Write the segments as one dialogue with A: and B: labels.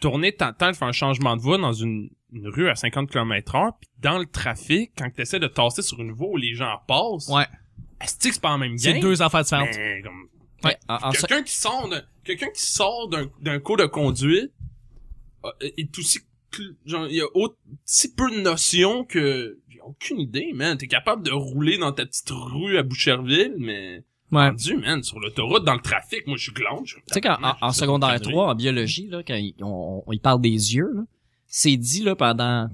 A: tourner, t'entends faire un changement de voie dans une, une rue à 50 km h puis dans le trafic, quand t'essaies de tasser sur une voie où les gens passent,
B: Ouais.
A: asti que c'est pas en même game.
B: C'est deux affaires différentes.
A: Mais, comme,
B: Ouais. En- en-
A: quelqu'un qui sort d'un, quelqu'un qui sort d'un, d'un cours de conduite, euh, est aussi, cl- genre, il y a aussi peu de notions que, j'ai aucune idée, man. T'es capable de rouler dans ta petite rue à Boucherville, mais,
B: ouais.
A: Dieu, man, sur l'autoroute, dans le trafic, moi, je suis glandé.
B: Tu sais qu'en en- en secondaire 3, en biologie, là, quand ils- on, on- ils parlent des yeux, là, c'est dit là, pendant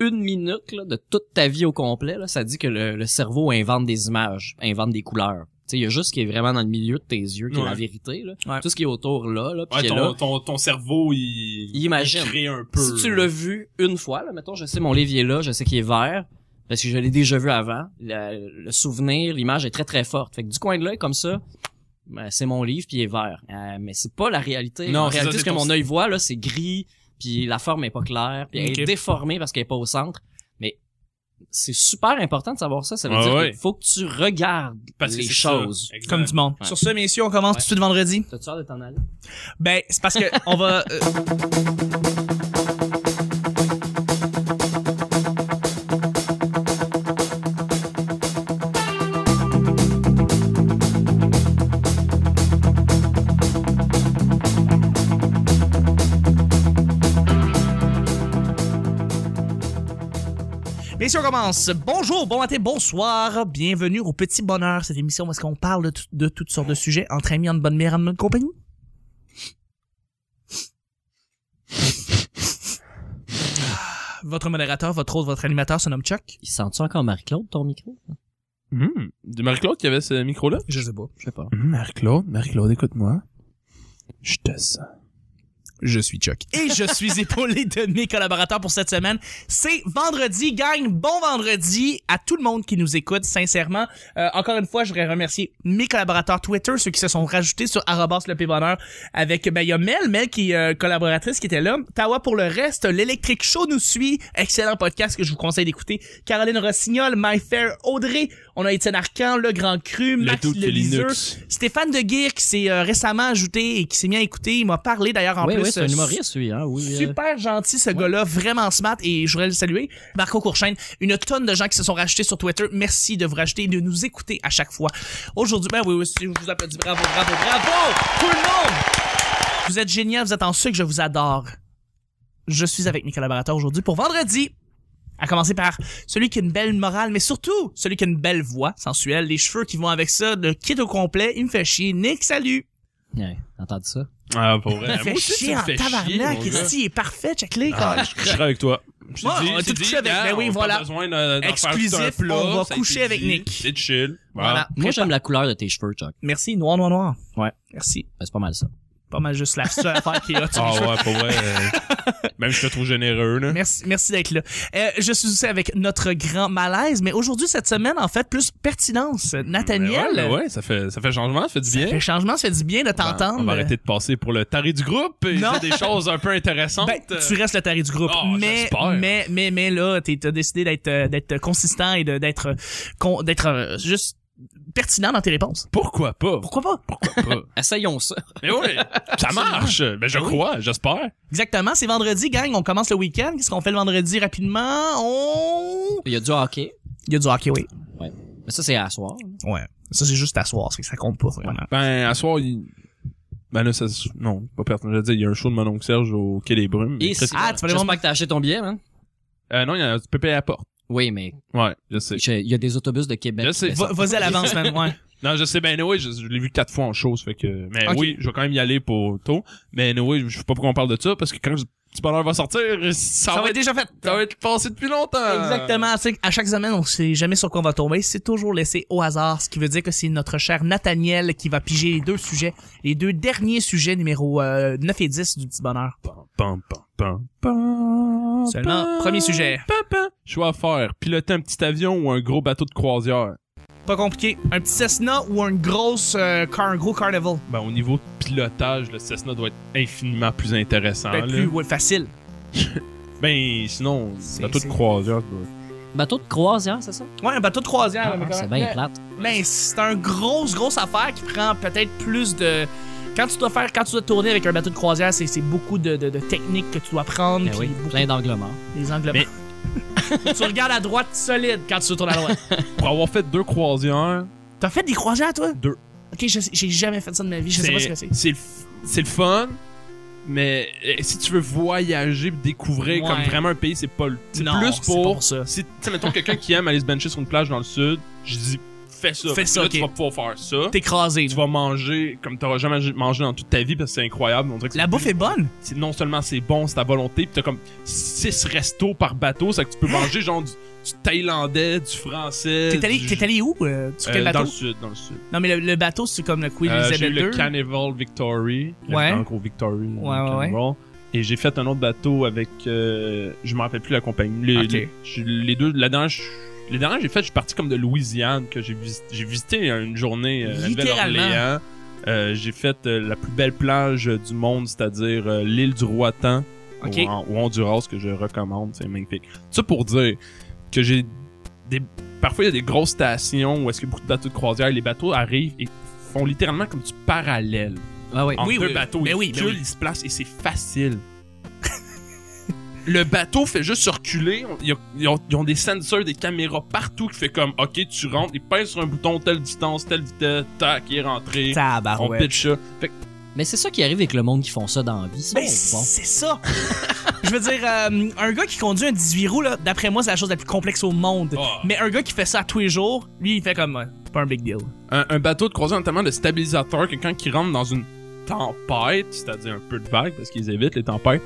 B: une minute là, de toute ta vie au complet, là, ça dit que le, le cerveau invente des images, invente des couleurs. Tu sais, Il y a juste ce qui est vraiment dans le milieu de tes yeux qui est
A: Ouais.
B: la vérité. Là.
C: Ouais.
B: Tout ce qui est autour là, là, puis
A: Ouais,
B: qui
A: ton,
B: est là
A: ton, ton cerveau, il,
B: Il imagine.
A: il crée un peu.
B: si tu l'as vu une fois, là, mettons, je sais mon livre il est là, je sais qu'il est vert, parce que je l'ai déjà vu avant. Le, le souvenir, l'image est très très forte. Fait que du coin de l'œil comme ça, ben, c'est mon livre puis il est vert. Euh, mais c'est pas la réalité.
A: Non,
B: en
A: c'est ça,
B: réalité, ce
A: c'est
B: que
A: ton-
B: mon œil voit là, c'est gris, puis la forme est pas claire, puis elle
C: Ok.
B: est déformée parce qu'elle est pas au centre. Mais c'est super important de savoir ça. Ça veut
A: Ah
B: dire
A: ouais.
B: qu'il faut que tu regardes
A: Parce que
B: les
A: c'est
B: choses.
A: ça. Exact.
C: Comme du monde.
B: Ouais.
C: Sur ce, messieurs, on commence
B: Ouais.
C: tout de suite vendredi.
B: T'as-tu hâte de t'en aller?
C: Ben, c'est parce que on va. euh, Messieurs, on commence. Bonjour, bon matin, bonsoir. Bienvenue au Petit Bonheur, cette émission où est-ce qu'on parle de, tout- de toutes sortes de sujets entre amis, en bonne mère, en bonne compagnie. Votre modérateur, votre hôte, votre animateur se nomme Chuck.
B: Il sent-tu encore Marie-Claude, ton micro?
A: Hum, De Marie-Claude qui avait ce micro-là?
C: Je sais pas.
B: Je sais pas.
A: Mmh, Marie-Claude, Marie-Claude, écoute-moi. Je te sens.
C: Je suis Chuck. Et je suis épaulé de mes collaborateurs pour cette semaine. C'est vendredi, gang. Bon vendredi à tout le monde qui nous écoute, sincèrement. Euh, encore une fois, je voudrais remercier mes collaborateurs Twitter, ceux qui se sont rajoutés sur arrobas le P bonheur avec, ben, il y a Mel, Mel qui est euh, collaboratrice qui était là. Tawa pour le reste, l'Electric Show nous suit. Excellent podcast que je vous conseille d'écouter. Caroline Rossignol, My Fair Audrey. On a Étienne Arcan, Le Grand Cru, Max
A: doute
C: Le Liseur. Stéphane Deguire qui s'est euh, récemment ajouté et qui s'est mis à écouter, il m'a parlé d'ailleurs en
B: oui,
C: plus.
B: oui, c'est un
C: euh,
B: humoriste, lui, hein? Oui, euh,
C: Super gentil ce gars-là, vraiment smart et je voudrais le saluer. Marco Courchaine, une tonne de gens qui se sont rachetés sur Twitter. Merci de vous racheter et de nous écouter à chaque fois. Aujourd'hui, ben oui, oui, je vous applaudis. Bravo, bravo, bravo! Tout le monde! Vous êtes génial, vous êtes en sucre, je vous adore. Je suis avec mes collaborateurs aujourd'hui pour vendredi. À commencer par celui qui a une belle morale, mais surtout celui qui a une belle voix sensuelle, les cheveux qui vont avec ça, le kit au complet, il me fait chier. Nick, salut!
B: Ouais, t'as entendu ça?
A: Ah, pour vrai.
C: Il me fait
A: Moi aussi, tu
C: chier
A: me
C: en
A: fais
C: tabarnak,
A: chier, mon gars.
C: Esti, il est parfait, check-les.
A: Ah, je coucherai avec toi. Je t'ai
C: Ouais,
A: dit,
C: Ah, on a
A: je t'ai
C: tout
A: dit,
C: couché avec-
A: gars,
C: ben oui,
A: on a pas
C: voilà.
A: besoin d'en- d'en faire tout un
C: Exclusif,
A: plat,
C: on va
A: ça a
C: coucher
A: été
C: avec
A: dit.
C: Nick.
A: C'est chill.
C: Voilà.
B: Moi, j'aime la couleur de tes cheveux, Chuck.
C: Merci, noir, noir, noir.
B: Ouais.
C: Merci.
B: Ben, c'est pas mal ça.
C: Pas mal juste la seule affaire qui est hot sur
A: Ah
C: les cheveux.
A: ouais, pour vrai. euh, Même je te trouve généreux, là.
C: Merci, merci d'être là. Euh, je suis aussi avec notre grand malaise, mais aujourd'hui, cette semaine, en fait, plus pertinence. Nathaniel,
A: Mais Ben Ouais, mais ouais, ça fait, ça fait changement, ça fait du bien.
C: le changement, ça fait du bien de
A: Ben,
C: t'entendre.
A: On va arrêter de passer pour le taré du groupe et
C: Non.
A: dire des choses un peu intéressantes.
C: Ben, tu restes le taré du groupe,
A: Oh,
C: mais,
A: j'espère.
C: mais mais mais là, t'es- t'as décidé d'être euh, d'être consistant et de- d'être euh, con- d'être euh, juste pertinent dans tes réponses.
A: Pourquoi pas?
C: Pourquoi pas
A: Pourquoi pas?
B: Essayons ça.
A: Mais oui, ça marche. Ben, je crois, j'espère.
C: Exactement, c'est vendredi, gang. On commence le week-end. Qu'est-ce qu'on fait le vendredi rapidement On
B: Il y a du hockey.
C: il y a du hockey, oui.
B: Mais ça, c'est à soir.
C: Ouais. Ça, c'est juste à soir, c'est que ça compte pas vraiment.
A: Ben, à soir, il... Ben là, ça... se- Non, pas pertinent. Je veux dire, il y a un show de mon oncle Serge au Quai des Brumes. mais
B: Et
A: Chris-
B: c'est...
C: Ah, tu vas aller voir-
B: J'espère que t'as acheté ton billet, hein?
A: Euh, non, il y a du pépé à la porte.
B: Oui, mais
A: Ouais, je sais.
B: je- il y a des autobus de Québec.
A: Je sais.
B: qui
C: Va-
B: descendent.
C: Vas-y à l'avance, même, ouais.
A: Non, je sais, ben oui, je, je l'ai vu quatre fois en show, ça fait que... Mais
C: Ok.
A: oui, je vais quand même y aller pour tôt. Mais oui, je sais pas pourquoi on parle de ça, parce que quand le petit bonheur va sortir, ça,
C: Ça
A: va
C: va être déjà fait. Euh,
A: ça va être passé depuis longtemps.
C: Exactement. Tu sais, À chaque semaine, on sait jamais sur quoi on va tomber. C'est toujours laissé au hasard, ce qui veut dire que c'est notre cher Nathaniel qui va piger les deux sujets, les deux derniers sujets numéro euh, 9 et 10 du petit bonheur.
A: Pam, pam, pam, pam,
C: Seulement,
A: pam,
C: premier sujet.
A: pam, pam. Choix à faire, piloter un petit avion ou un gros bateau de croisière.
C: Pas compliqué. Un petit Cessna ou une grosse, euh, car- un gros Carnival.
A: Ben, au niveau de pilotage, le Cessna doit être infiniment plus intéressant.
C: Ben,
A: là.
C: plus ouais, facile.
A: Ben, sinon,
C: C'est-
A: bateau de
C: c'est-
A: croisière, ben, ça doit-
B: Bateau de croisière, c'est ça?
C: Ouais, un bateau de croisière.
B: Ah,
C: mais
B: c'est
C: quand-
B: bien
C: mais-
B: plate.
C: mais c'est un grosse, grosse affaire qui prend peut-être plus de quand tu dois faire, quand tu dois tourner avec un bateau de croisière, c'est c'est beaucoup de, de- de techniques que tu dois prendre.
B: Ben
C: puis
B: oui,
C: beaucoup
B: plein d'angles morts.
C: des angles
B: Mais-
C: morts. tu regardes à droite solide quand tu tournes à droite.
A: Pour avoir fait deux croisières,
C: T'as fait des croisières, toi?
A: Deux.
C: Ok, je sais- j'ai jamais fait ça de ma vie, je sais pas ce que c'est.
A: c'est le f- c'est le fun, mais euh, si tu veux voyager, pis découvrir
C: Ouais.
A: comme vraiment un pays, c'est pas le. C'est
C: Non,
A: plus
C: c'est
A: pour.
C: pour ça.
A: Si, tu sais, mettons quelqu'un qui aime aller se bencher sur une plage dans le sud, je dis fais ça.
C: Fais
A: Puis
C: ça,
A: là,
C: ok.
A: tu vas pouvoir faire ça.
C: T'écrasé.
A: Tu vas manger comme t'auras jamais mangé dans toute ta vie parce que c'est incroyable. On dirait que
C: La bouffe est bonne.
A: c'est- non seulement c'est bon, c'est ta volonté, pis t'as comme 6 restos par bateau, ça que tu peux manger genre du, du thaïlandais, du français.
C: Ah! T'es allé,
A: du-
C: t'es allé où? euh, sur quel
A: euh,
C: bateau?
A: Dans le sud, dans le sud.
C: Non, mais le, le bateau, c'est comme le Queen
A: Euh, j'ai eu
C: Elizabeth
A: le
C: II.
A: Carnival Victory. le
C: Ouais.
A: grand gros Victory. le
C: Ouais, ouais,
A: Carnival. Et j'ai fait un autre bateau avec, euh, je me rappelle plus la compagnie. Les,
C: Ok.
A: les- je- les deux, la dernière, je- les dernières que j'ai fait, je suis parti comme de Louisiane que j'ai visité, j'ai visité une journée euh, à
C: Littéralement.
A: Nouvelle-Orléans. Euh, j'ai fait euh, la plus belle plage euh, du monde, c'est-à-dire euh, l'île du Roatan
C: Ok.
A: au, au Honduras que je recommande, c'est magnifique. Ça pour dire que j'ai des parfois il y a des grosses stations où est-ce que beaucoup de bateaux de croisière, les bateaux arrivent et font littéralement comme du parallèle
B: Ah oui.
A: entre
C: Oui,
A: deux
C: oui,
A: bateaux.
C: ben
A: ils
C: oui, ben
A: reculent,
C: oui.
A: ils se placent et c'est facile. Le bateau fait juste se reculer. On- Ils ont, ils ont- ils ont des sensors, des caméras partout qui fait comme OK, tu rentres, ils pèsent sur un bouton, telle distance, telle vitesse, tac, il est rentré. on
C: Tabarouette.
A: pitch ça. Fait que
B: Mais c'est ça qui arrive avec le monde qui font ça dans la vie. ça,
C: Ben,
B: bon.
C: c'est ça. Je veux dire, euh, un gars qui conduit un 18 roues, là, d'après moi, c'est la chose la plus complexe au monde.
A: Ah.
C: Mais un gars qui fait ça à tous les jours, lui, il fait comme, euh, c'est pas un big deal.
A: un, un bateau de croisière, notamment de stabilisateur, quelqu'un qui rentre dans une tempête, c'est-à-dire un peu de vague, parce qu'ils évitent les tempêtes,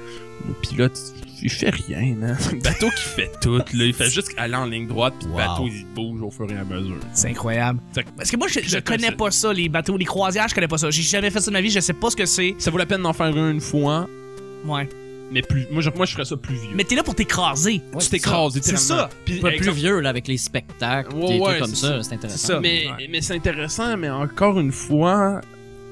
A: le pilote, il fait rien, man. C'est le bateau qui fait tout, là. Il fait juste aller en ligne droite, puis
B: Wow.
A: le bateau, il bouge au fur et à mesure.
C: C'est incroyable.
A: Fait que
C: Parce que moi, je, je
A: Le
C: connais
A: concept.
C: pas ça, les bateaux, les croisières, je connais pas ça. J'ai jamais fait ça de ma vie, je sais pas ce que c'est.
A: Ça vaut la peine d'en faire un une fois,
C: Ouais.
A: mais plus, moi, je, moi, je ferais ça plus vieux.
C: Mais t'es là pour t'écraser.
A: tu
B: Ouais, c'est
A: t'écrases,
C: ça.
A: littéralement.
C: C'est ça.
A: Puis,
B: Un peu plus
A: exemple,
B: vieux, là, avec les spectacles,
A: Ouais,
B: des trucs
A: ouais,
B: comme
A: c'est
B: ça, c'est intéressant.
C: C'est ça.
A: Mais,
C: Ouais.
A: mais c'est intéressant, mais encore une fois,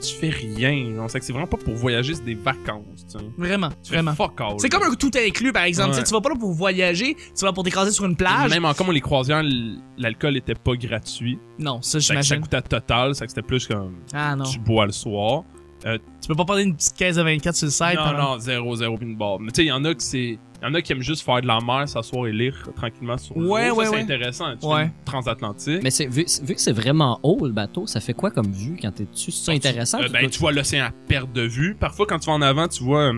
A: tu fais rien. On sait que c'est vraiment pas pour voyager, c'est des vacances, tu sais.
C: Vraiment,
A: Tu fais
C: vraiment.
A: Fuck all.
C: C'est comme un tout inclus, par exemple.
A: Ouais.
C: Tu sais, Tu vas pas là pour voyager, tu vas pour t'écraser sur une plage.
A: Même encore, les croisières, l- l'alcool était pas gratuit.
C: Non, ça,
A: Ça, ça
C: j'imagine.
A: coûtait total, ça que c'était plus comme
C: Ah non.
A: tu bois le soir.
C: Tu peux pas parler une petite caisse de 24 sur le site.
A: non,
C: pendant-
A: non, zéro, zéro pis une barre. Mais tu sais, il y en a qui c'est. Il y en a qui aiment juste faire de la mer, s'asseoir et lire tranquillement sur l'eau.
C: Ouais,
A: Ça,
C: ouais,
A: c'est
C: ouais.
A: intéressant. Tu
C: Ouais.
A: fais une transatlantique.
B: Mais c'est, vu, vu que c'est vraiment haut le bateau, ça fait quoi comme vue quand t'es dessus? C'est
A: Donc, tu-
B: intéressant?
A: euh,
B: tu
A: ben,
B: dois-
A: tu vois l'océan à perte de vue. Parfois, quand tu vas en avant, tu vois. euh,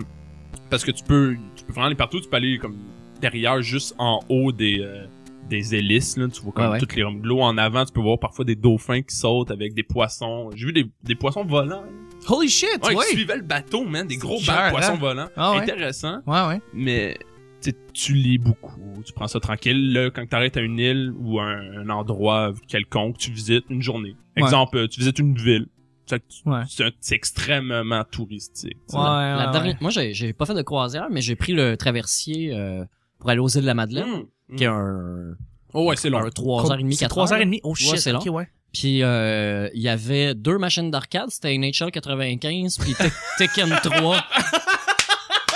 A: Parce que tu peux, tu peux vraiment aller partout. Tu peux aller comme derrière, juste en haut des, euh, des hélices. Là. Tu vois comme
B: Ouais, ouais.
A: toutes les de l'eau en avant. Tu peux voir parfois des dauphins qui sautent avec des poissons. J'ai vu des, des poissons volants.
C: Holy shit,
A: Ouais,
C: ouais.
A: qui suivaient le bateau, man. Des gros
C: cher,
A: bats
C: hein?
A: de poissons volants.
C: Ah ouais.
A: Intéressant,
C: Ouais, ouais.
A: mais tu sais, tu lis beaucoup. Tu prends ça tranquille. Là, quand t'arrêtes à une île ou à un, un endroit quelconque, tu visites une journée.
C: Ouais.
A: Exemple, euh, tu visites une ville. Tu sais que tu-
C: Ouais.
A: C'est un- c'est extrêmement touristique. tu sais.
C: Ouais,
B: La- la
C: ouais,
B: dernière-
C: ouais.
B: Moi, j'ai, j'ai pas fait de croisière, mais j'ai pris le traversier euh, pour aller aux îles de la Madeleine,
A: Mm, mm.
B: qui est un,
A: Oh ouais, c'est long.
B: un 3h30, 4h.
C: 3h30. Oh shit,
B: c'est long.
C: ok, ouais.
B: Puis euh, il y avait deux machines d'arcade, c'était NHL 95 puis Tek- Tekken 3.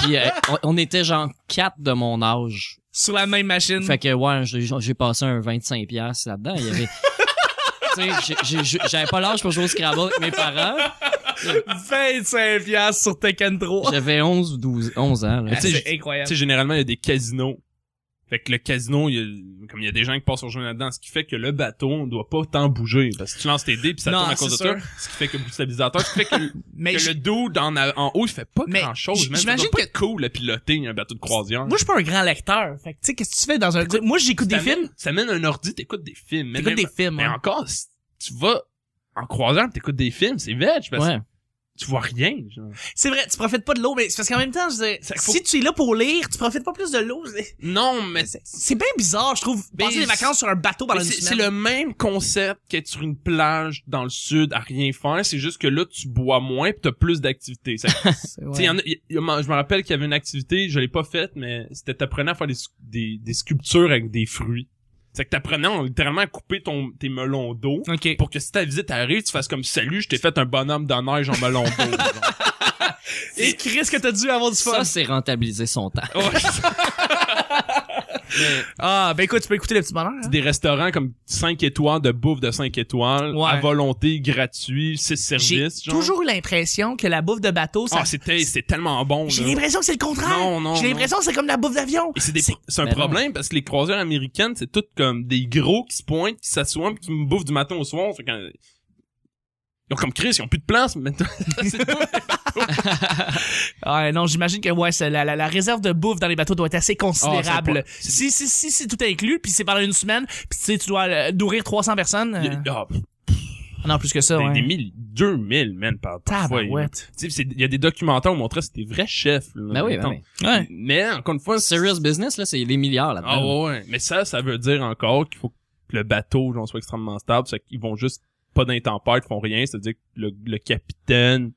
B: puis euh, on, on était genre quatre de mon âge.
C: Sur la même
A: Mm.
C: machine.
B: Fait que ouais, j'ai j'ai passé un 25 pièces là-dedans, il y avait Tu sais, j'ai- j'ai- j'ai- j'avais pas l'âge pour jouer au Scrabble avec mes parents.
C: 25 piastres sur Tekken 3.
B: J'avais 11 ou 12 11 ans. là.
A: Ah, tu sais,
C: C'est
A: Tu
C: incroyable.
A: sais, généralement, il y a des casinos. Fait que le casino, il y a- comme il y a des gens qui passent au jeu là-dedans, ce qui fait que le bateau doit pas tant bouger. Parce que tu lances tes dés puis ça
C: Non,
A: tourne à cause de
C: c'est
A: toi. Ce qui fait que le stabilisateur, ce qui fait que
C: Mais
A: que
C: je-
A: le dos en, a- en haut, il fait pas
C: Mais
A: grand chose.
C: j- j'imagine
A: que cool à piloter un bateau de croisière.
C: moi, je suis pas un grand lecteur. Fait que, tu sais, qu'est-ce que tu fais dans un. Moi, j'écoute des films.
A: Ça mène un ordi, t'écoutes des films. Mais,
C: T'écoutes
A: même-
C: des films.
A: mais
C: hein.
A: encore, si tu vas en croisière, t'écoutes des films, c'est veg parce
B: Ouais.
A: que tu vois rien. genre.
C: C'est vrai, tu profites pas de l'eau, mais c'est parce qu'en même temps, je veux dire,
A: Ça, faut-
C: si tu es là pour lire, tu profites pas plus de l'eau.
A: Non, mais
C: C'est- C'est bien bizarre, je trouve.
A: Ben,
C: Passer des vacances sur un bateau
A: mais
C: pendant une
A: c'est c'est
C: semaine.
A: le même concept qu'être sur une plage dans le sud à rien faire. C'est juste que là, tu bois moins pis t'as plus d'activités. Ça-
C: C'est
A: Tu sais, y en a- y- y a- je me rappelle qu'il y avait une activité, je l'ai pas faite, mais c'était t'apprenais à faire des, sc- des, des sculptures avec des fruits. C'est que t'apprenais en- littéralement à couper ton, tes melons d'eau
C: Ok.
A: pour que si ta visite arrive, tu fasses comme salut, je t'ai fait un bonhomme de neige en melon d'eau. genre.
C: Et Chris, que t'as dû avoir du fun.
B: Ça c'est rentabiliser son temps.
A: Ouais.
C: Ah, ben écoute, tu peux écouter le petit bonheur. hein?
A: des restaurants comme 5 étoiles de bouffe de 5 étoiles
C: Ouais.
A: à volonté gratuit c'est
C: J'ai
A: service genre.
C: toujours eu l'impression que la bouffe de bateau, ça.
A: ah c'était c'est tellement bon
C: J'ai
A: là.
C: l'impression que c'est le contraire.
A: Non, non,
C: J'ai
A: non.
C: l'impression que c'est comme la bouffe d'avion.
A: Et c'est des- c'est un
B: Ben non.
A: problème parce que les croisières américaines c'est toutes comme des gros qui se pointent qui s'assoient pis qui me bouffent du matin au soir Fait que- euh, ils ont comme Chris ils ont plus de place maintenant C'est tout.
C: Ouais, non, j'imagine que ouais, c'est la, la, la réserve de bouffe dans les bateaux doit être assez considérable.
A: Ah, c'est pas-
C: si, si, si, si tout est inclus, puis c'est pendant une semaine, puis tu sais, tu dois euh, nourrir 300 personnes. euh,
A: Il y a- ah,
C: Non, plus que ça,
A: des,
C: ouais.
A: des mille, deux mille, man, par parfois. il-
C: Tabarouette.
A: Tu sais, c'est- Il y a des documentaires où on montrait c'était des vrais chefs. Là,
B: Ben oui, ben
A: mettons.
B: oui.
C: Ouais.
A: Mais encore une fois, c'est-
B: Serious business, là, c'est les milliards
A: Ah
B: là-dedans.
A: ouais, ouais. Mais ça, ça veut dire encore qu'il faut que le bateau genre, soit extrêmement stable. C'est qu'ils vont juste pas d'intempères, ils font rien. C'est-à-dire que le, le capitaine...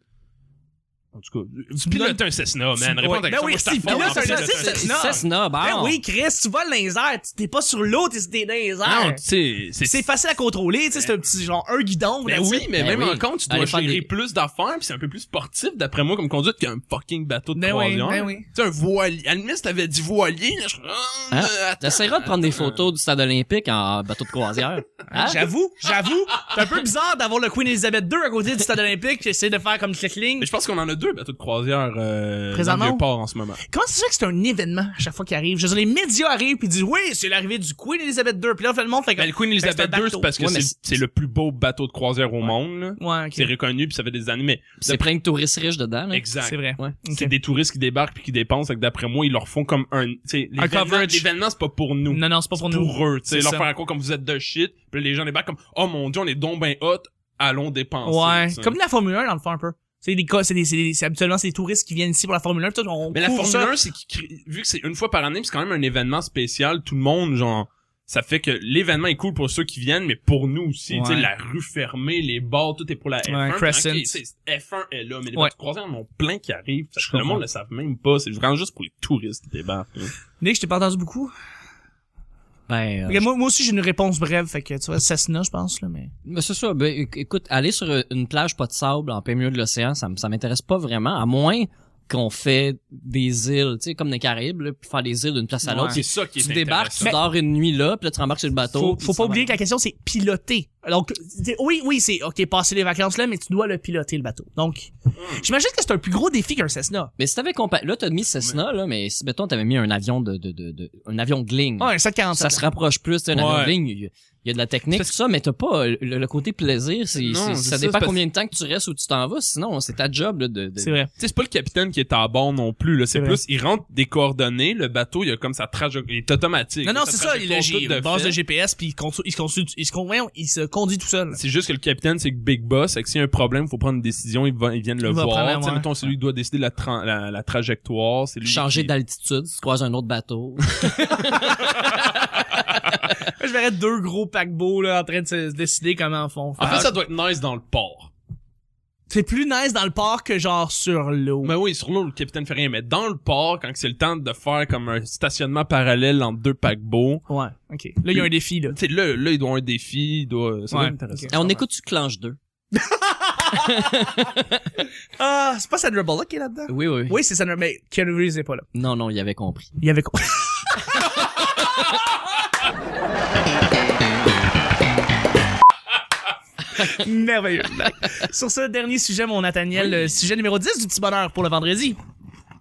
A: En tout cas, tu pilotes un Cessna,
C: tu-
A: man.
C: ouais.
A: Réponds à ta
C: Ben
A: question.
C: oui,
A: moi, je
C: si,
A: t'apporte
C: pilote
A: en
C: un
A: fait,
C: Cessna,
A: le-
C: c'est-
A: le-
B: Ah, C'est ah. ça, c'est noble.
C: Ben oui, Chris, tu voles dans les airs, tu- t'es pas sur l'eau, t'es t'es dans les airs.
A: Non, tu sais,
C: c'est facile à contrôler, tu sais, c'est un petit genre un guidon.
A: Ben
C: là, tu
A: oui,
C: sais.
A: mais
B: Ben
A: même
B: oui.
A: en compte, tu
B: Aller
A: dois
B: faire
A: gérer
B: des-
A: plus d'affaires, puis c'est un peu plus sportif, d'après moi, comme conduite, qu'un fucking bateau de
C: Ben oui,
A: croisière.
C: ben oui.
A: Tu sais, un voilier. À la limite, si t'avais dit voilier, là, je...
B: Hein?
A: Euh, attends.
B: T'essaieras de prendre des photos du stade olympique en bateau de croisière. Hein?
C: J'avoue, j'avoue, c'est un peu bizarre d'avoir le Queen Elizabeth II à côté du stade olympique, j'essaie de faire comme
A: Mais
C: ligne.
A: je pense qu'on en a deux bateaux de croisière euh,
C: Présentement?
A: dans le port en ce moment.
C: Comment c'est sûr que c'est un événement à chaque fois qu'il arrive? Je veux dire, les médias arrivent puis disent oui, c'est l'arrivée du Queen Elizabeth II, puis là, fait le monde fait comme.
A: Ben, le Queen
C: Fait
A: Elizabeth
C: que c'est un
A: II, c'est parce que
B: bateau. Ouais,
A: c'est-
B: mais
A: c'est le plus beau bateau de croisière au monde. là.
C: Ouais, ok.
A: C'est reconnu, puis ça fait des années. Mais
B: C'est plein de touristes riches dedans. Là.
A: exact.
C: C'est vrai.
B: Ouais.
C: Ok.
A: C'est des touristes qui débarquent puis qui dépensent. fait que D'après moi, ils leur font comme un. tu sais, l'événement-
C: coverage.
A: L'événement, c'est pas pour nous.
C: Non, non, c'est pas pour nous.
A: pour eux, tu sais,
C: C'est
A: leur
C: ça.
A: faire quoi comme vous êtes de shit, puis les gens débarquent comme oh mon dieu, on est donc ben hot, allons dépenser.
C: Ouais.
A: tu sais.
C: Comme la Formule 1, dans le fond, un peu. C'est des cas, c'est des, c'est des- c'est habituellement, c'est des touristes qui viennent ici pour la Formule 1, pis tout, on
A: Mais la
C: couvre
A: Formule
C: ça.
A: 1, c'est qu'ils créent- vu que c'est une fois par année, puis c'est quand même un événement spécial, tout le monde genre ça fait que l'événement est cool pour ceux qui viennent, mais pour nous aussi, tu
C: Ouais.
A: sais, la rue fermée, les bars, tout est pour la F1.
C: Ouais,
A: puis,
C: Crescent.
A: ok, tu sais, F1 est là, mais les
C: Ouais.
A: bateaux croisés en ont plein qui arrivent. fait
C: Je
A: que le
C: comprends.
A: monde le savent même pas. C'est vraiment juste pour les touristes qui débarquent. là.
C: Nick, je t'ai pas entendu beaucoup.
A: Ah,
B: Ben, euh,
C: Regarde, moi, moi aussi, j'ai une réponse brève, fait que, tu vois, Cessna, je pense, là, mais.
B: Mais c'est ça. Ben, éc- écoute, aller sur une plage pas de sable en plein milieu de l'océan, ça, m- ça m'intéresse pas vraiment, à moins qu'on fait des îles, tu sais, comme les Caraïbes, là, puis faire des îles d'une place à
C: Ouais.
B: l'autre.
A: C'est ça qui est
B: Tu débarques, tu
A: intéressant.
B: dors une nuit là, puis là, tu rembarques sur le bateau.
C: Faut,
B: puis
C: faut
B: tu
C: pas
B: t'en vas.
C: oublier que la question, c'est piloter. Donc, c'est- oui, oui, c'est, ok, passer les vacances là, mais tu dois le piloter, le bateau. Donc,
A: Hmm.
C: j'imagine que c'est un plus gros défi qu'un Cessna.
B: Mais si t'avais compa- là t'as mis Cessna là, mais si mettons t'avais mis un avion de, de, de, de- un avion de ligne,
A: Hmm.
C: Ah, un 747.
B: ça se rapproche plus, tu sais, un avion
A: Ouais.
B: de ligne, il y a- il y a de la technique, tout
A: Parce-
B: ça, mais t'as pas euh, le, le côté plaisir, c'est,
A: Non,
B: c'est-
A: c'est
B: ça
A: ça,
B: dépend
A: c'est
B: combien de temps que tu restes où tu t'en vas, sinon c'est ta job là, de, de-
C: C'est vrai.
A: Tu sais, c'est pas le capitaine qui est à bord non plus, là.
C: C'est
A: C'est
C: vrai.
A: plus, il rentre des coordonnées, le bateau, il a comme sa trajectoire, il est automatique.
C: Non, non,
A: Sa
C: c'est ça, il a
A: trajectoire toute
C: une base de
A: fait.
C: GPS, puis il, condu- il, se conduit- il, se con- voyons, il se conduit tout seul.
A: C'est juste que le capitaine, c'est que Big Boss, et que s'il y a un problème, faut prendre une décision, il, va, il vient de le
C: Il va prendre,
A: voir. Tu sais,
C: ouais.
A: mettons, c'est lui qui doit décider la, tra- la, la trajectoire, c'est lui
B: changer
A: qui...
B: d'altitude, tu croises un autre bateau.
C: Là, Je verrais deux gros paquebots là, en train de se se décider comment font.
A: En fait, ça doit être nice dans le port.
C: C'est plus nice dans le port que genre sur l'eau.
A: Mais oui, sur l'eau, le capitaine fait rien, mais dans le port, quand c'est le temps de faire comme un stationnement parallèle entre deux paquebots,
C: Ouais, ok. Là, il y a un défi, là.
A: tu sais, là, là, il doit avoir un défi, il doit... Ça
C: Ouais,
A: doit être intéressant.
C: ok.
B: Eh, on écoute tu clenches deux.
C: Ah, c'est pas Sandra Bullock qui est là-dedans?
B: Oui, oui.
C: Oui, c'est Sandra, mais Keanu Reeves n'est pas là.
B: Non, non, il avait compris.
C: Il y avait quoi? Merveilleux. Sur ce dernier sujet, mon Nathaniel,
A: Oui.
C: le sujet numéro 10 du petit bonheur pour le vendredi.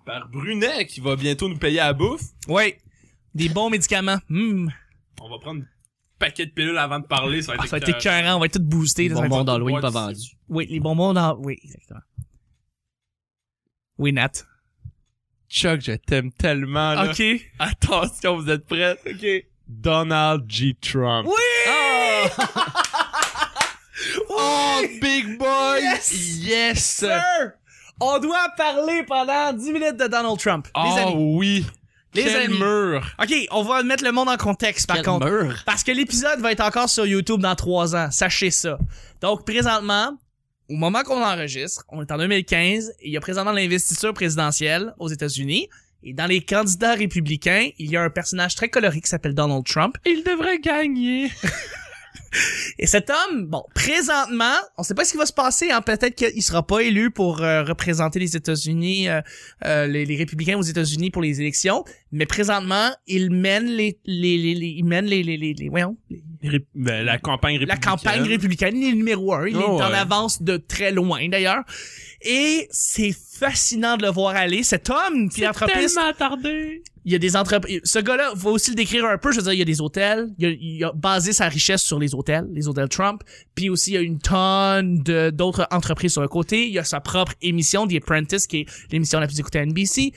A: Par Brunet, qui va bientôt nous payer à la bouffe.
C: Oui. Des bons médicaments. Hmm.
A: On va prendre un paquet de pilules avant de parler. Ça va être,
C: Ah, ça va être
A: écœurant.
C: écœurant, on va être tout boosté.
B: Les
C: là, ça va être-
B: bonbons d'Halloween pas
A: Ouais,
B: vendus.
C: Oui, les bonbons dans... Oui, exactement. Oui, Nat.
A: Chuck, je t'aime tellement. Là.
C: OK. Oui!
A: Attention, vous êtes prêts? OK. Donald G. Trump. Ah. Oh, big boy!
C: Yes!
A: Yes!
C: Sir! On doit parler pendant 10 minutes de Donald Trump. les amis.
A: Oh oui!
C: Les
A: Quel
C: amis.
A: mur!
C: OK, on va mettre le monde en contexte, par
B: Quel
C: contre.
B: mur.
C: Parce que l'épisode va être encore sur YouTube dans trois ans. Sachez ça. Donc, présentement, au moment qu'on enregistre, on est en 2015, et il y a présentement l'investiture présidentielle aux États-Unis. Et dans les candidats républicains, il y a un personnage très coloré qui s'appelle Donald Trump.
A: Il devrait gagner!
C: Et cet homme, bon, présentement, on sait pas ce qui va se passer. Hein, Peut-être qu'il sera pas élu pour euh, représenter les États-Unis, euh, euh, les, les républicains aux États-Unis pour les élections. Mais présentement, il mène les, les, les, les- il mène les, les, les, les- voyons, les-
A: Ré- ben, la campagne
C: la
A: républicaine.
C: campagne républicaine. Il est numéro un. Il est
A: Oh,
C: en
A: ouais.
C: avance de très loin d'ailleurs. Et c'est fascinant de le voir aller. Cet homme, philanthropiste,
B: attardé.
C: il y a des entreprises. Ce gars-là, faut aussi le décrire un peu. Je veux dire, il y a des hôtels. Il a, il a basé sa richesse sur les hôtels, les hôtels Trump. Puis aussi, il y a une tonne de- d'autres entreprises sur le côté. Il y a sa propre émission, The Apprentice, qui est l'émission la plus écoutée à NBC.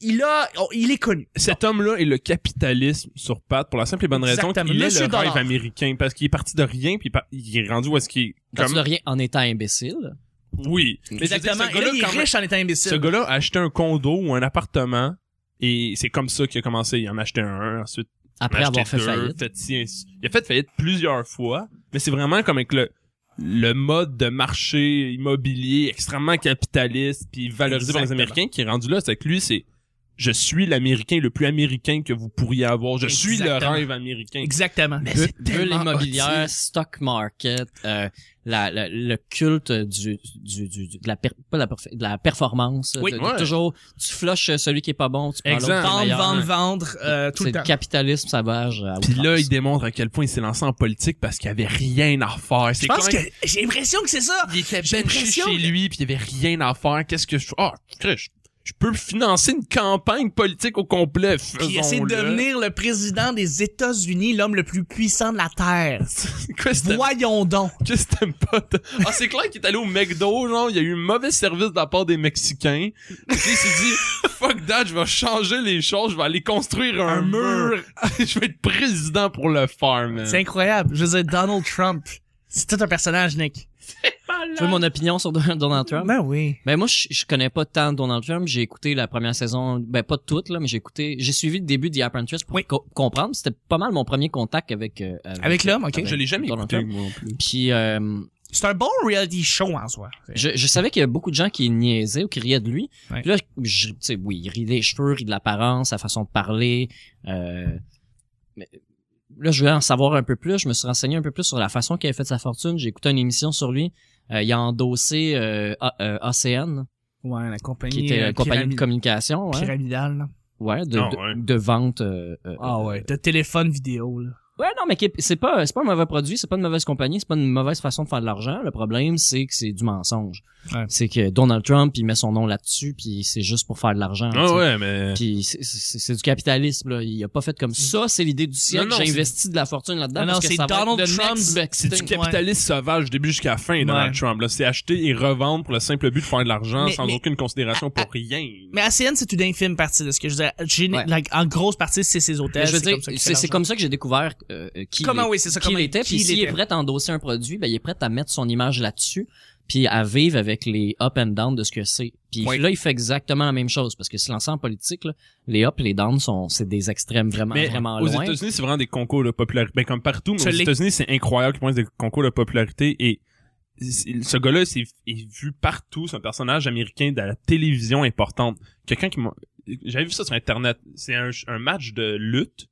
C: Il a, oh, il est connu.
A: Cet homme-là est le capitalisme sur pattes pour la simple et bonne raison
C: Exactement.
A: qu'il est
C: Monsieur
A: le
C: Dollar.
A: rêve américain parce qu'il est parti de rien puis par- il est rendu où est-ce qu'il est
B: Quand tu n'as rien en étant imbécile.
A: oui Mais je veux dire,
C: Exactement.
A: ce
C: Et là,
A: gars-là,
C: il est
A: quand même-
C: riche en étant imbécile.
A: ce gars-là a acheté un condo ou un appartement et c'est comme ça qu'il a commencé il en a acheté un ensuite il en
B: Après
A: a
B: avoir
A: acheté
B: fait
A: deux,
B: faillite.
A: fait ci, ainsi- il a fait faillite plusieurs fois mais c'est vraiment comme avec le le mode de marché immobilier extrêmement capitaliste puis valorisé par les
C: Exactement.
A: Américains qui est rendu là c'est que lui c'est je suis l'américain le plus américain que vous pourriez avoir je suis le
C: Exactement.
A: rêve américain
C: Exactement.
A: Mais
B: Bu-
A: c'est
B: Bulle
A: tellement
B: immobilière,
A: hostile.
B: stock market, euh, la, la- le culte du, du, du, du- de, la per- pas de la perf- de la performance.
A: Oui,
B: de- de
A: ouais.
B: toujours, tu flushes celui qui est pas bon, tu prends l'autre
A: Exact.
B: qui est
C: Vendre,
B: meilleur.
C: vendre,
A: hein.
C: vendre, euh, tout
B: C'est
C: le
B: le
C: temps.
B: capitalisme sauvage. à
A: Puis là,
B: outrance.
A: il démontre à quel point il s'est lancé en politique parce qu'il avait rien à faire.
C: Je
A: C'est
C: pense
A: quand
C: que
A: même-
C: j'ai l'impression que c'est ça.
A: il était
C: j'ai
A: benché
C: l'impression
A: chez
C: que-
A: lui puis il avait rien à faire. Qu'est-ce que je Ah, crée, je, je peux financer une campagne politique au complet.
C: Puis il essaie de
A: faisons-le.
C: devenir le président des États-Unis, l'homme le plus puissant de la terre.
A: Quoi, c'est-
C: Voyons donc.
A: Qu'est-ce que t'aimes pas? toi? Ah, c'est clair qu'il est allé au McDo, genre, il y a eu un mauvais service de la part des Mexicains. Puis il s'est dit, fuck that, je vais changer les choses, je vais aller construire un,
C: Un mur.
A: je vais être président pour le faire, man.
C: C'est incroyable. Je veux dire, Donald Trump, c'est tout un personnage, Nick.
B: Tu veux mon opinion sur Don- Donald Trump?
C: Ben oui.
B: Ben moi, je, je connais pas tant Donald Trump. J'ai écouté la première saison, ben pas toute là, mais j'ai écouté, j'ai suivi le début de The Apprentice pour
C: Oui.
B: co- comprendre. C'était pas mal mon premier contact avec euh,
C: Avec l'homme, ok.
A: Je l'ai jamais
B: Donald
A: écouté,
B: Trump. Puis euh,
C: C'est un bon reality show en soi.
B: je, je savais qu'il y a beaucoup de gens qui niaisaient ou qui riaient de lui.
C: Ouais.
B: Puis là, je- tu sais, oui, il rit des cheveux, il rit de l'apparence, sa façon de parler. Euh, mais là, je voulais en savoir un peu plus. Je me suis renseigné un peu plus sur la façon qu'il avait fait sa fortune. J'ai écouté une émission sur lui. Euh, il a endossé euh, A- euh, ACN,
C: Ouais, la compagnie.
B: qui était la
C: euh,
B: euh, compagnie
C: pyrami-
B: de communication. ouais.
C: pyramidale. là.
B: Ouais, de,
A: Ah,
B: de-
A: ouais.
B: de, vente. euh, euh,
C: De téléphone vidéo, là.
B: Ouais, non, mais qui- c'est pas, c'est pas un mauvais produit, c'est pas une mauvaise compagnie, c'est pas une mauvaise façon de faire de l'argent. Le problème, c'est que c'est du mensonge.
C: Ouais.
B: C'est que Donald Trump, il met son nom là-dessus, puis c'est juste pour faire de l'argent. tu
A: Ah
B: sais.
A: ouais, mais...
B: Puis c'est- c'est c'est du capitalisme, là. Il a pas fait comme ça, c'est l'idée du siècle.
A: Non, non,
B: J'investis de la fortune là-dedans.
C: Ah Non, non,
B: parce que
C: c'est
B: ça va être
C: Donald
B: the
C: Trump,
B: next best
A: C'est du
B: thing.
A: capitalisme sauvage du début jusqu'à la fin, Donald
C: Ouais.
A: Trump. là. C'est acheter et revendre pour le simple but de faire de l'argent
C: Mais-
A: sans
C: mais-
A: aucune considération pour rien.
C: Mais ACN, c'est une infime partie de ce que je veux dire. Géné-
B: Ouais.
C: la- en grosse partie, c'est ses hôtels.
B: Mais je veux
C: c'est
B: dire,
C: comme ça qu'il fait
B: c'est c'est
C: l'argent.
B: comme ça que j'ai découvert euh, euh, qui
C: Comment,
B: il est-
C: oui, c'est ça.
B: qui
C: comment
B: il était. Puis
C: qui il
B: s'il est
C: était.
B: prêt à endosser un produit, ben, il est prêt à mettre son image là-dessus, puis à vivre avec les up and down de ce que c'est. Puis
A: Oui.
B: là, il fait exactement la même chose, parce que si l'ensemble politique, là, les up et les down sont, c'est des extrêmes vraiment,
A: Mais
B: vraiment
A: aux
B: loin.
A: États-Unis, c'est vraiment des concours de popularité. Ben, comme partout, mais
C: Ce
A: aux
C: l'est.
A: États-Unis, c'est incroyable qu'ils pensent des concours de popularité et c'est- ce gars-là, c'est est vu partout. C'est un personnage américain de la télévision importante. Quelqu'un qui m'a... J'avais vu ça sur Internet. C'est un, un match de lutte.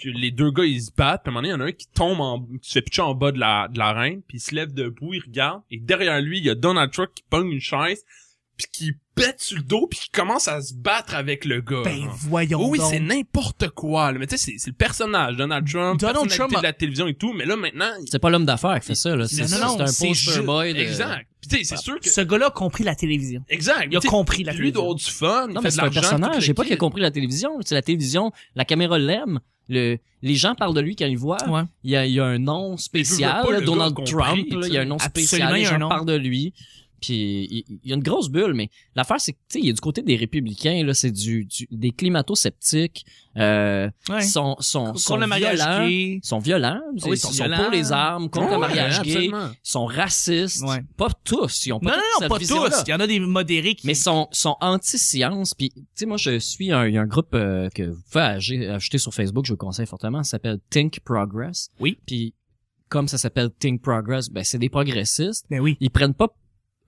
A: Que les deux gars, ils se battent. Puis à un moment donné, il y en a un qui tombe en... qui se fait pitcher en bas de la, de l'arène. Puis il se lève debout, il regarde. Et derrière lui, il y a Donald Trump qui pogne une chaise. Puis qui pète sur le dos. Puis qui commence à se battre avec le gars.
C: Ben
B: euh,
A: genre.
C: voyons
A: Oh Oui,
C: donc.
A: c'est n'importe quoi. Là. Mais tu sais, c'est- c'est le personnage, Donald Trump,
C: Donald
A: Donald
C: Trump a-
A: de la télévision et tout. Mais là, maintenant, il-
B: C'est pas l'homme d'affaires qui fait ça, là. C'est
C: non,
B: c'est
C: non,
B: un
C: c'est
B: poster
C: juste-
B: boy. de-
A: exact. Puis tu sais, bah, c'est sûr que...
C: Ce gars-là a compris la télévision.
A: Exact.
C: Il a
A: Tu sais,
C: compris la
A: Lui, il doit
C: télévision.
A: avoir du fun,
B: Non,
A: il
B: mais
A: fait de
B: c'est un
A: l'argent. tout
B: personnage.
A: le
B: J'ai pas qu'il a
A: kit.
B: compris la télévision. C'est la télévision, la caméra l'aime. Le, les gens parlent de lui quand ils le voient.
C: Ouais.
B: Il y a, il y a un nom
A: Mais je
B: spécial,
A: veux pas
B: là,
A: le
B: Donald
A: gars compris,
B: Trump.
A: tu
B: là,
A: sais.
B: il y a un nom spécial.
C: Absolument, il
B: Les
C: y a un
B: gens
C: nom.
B: parlent de lui. Puis il, il y a une grosse bulle, mais l'affaire c'est que tu sais, il y a du côté des républicains là, c'est du, du- des climato-sceptiques. Euh,
C: Ouais.
B: sont sont sont
C: Contre le mariage
B: violents,
C: gay.
B: sont violents,
C: Ah oui,
B: sont,
C: sont
B: sont
C: violents.
B: pour les armes, contre
A: Ouais,
B: le mariage gay,
A: absolument.
B: sont racistes.
C: Ouais.
B: Pas tous, ils ont pas
C: Non, non,
B: toute
C: non,
B: cette
C: pas
B: vision-là.
C: tous. Il y en a des modérés qui.
B: Mais sont sont anti-science. Puis, tu sais, moi, je suis un, il y a un groupe euh, que vous pouvez aj- acheter sur Facebook, je vous le conseille fortement, ça s'appelle Think Progress.
C: Oui.
B: Puis, comme ça s'appelle Think Progress, ben, c'est des progressistes.
C: Ben oui.
B: Ils prennent pas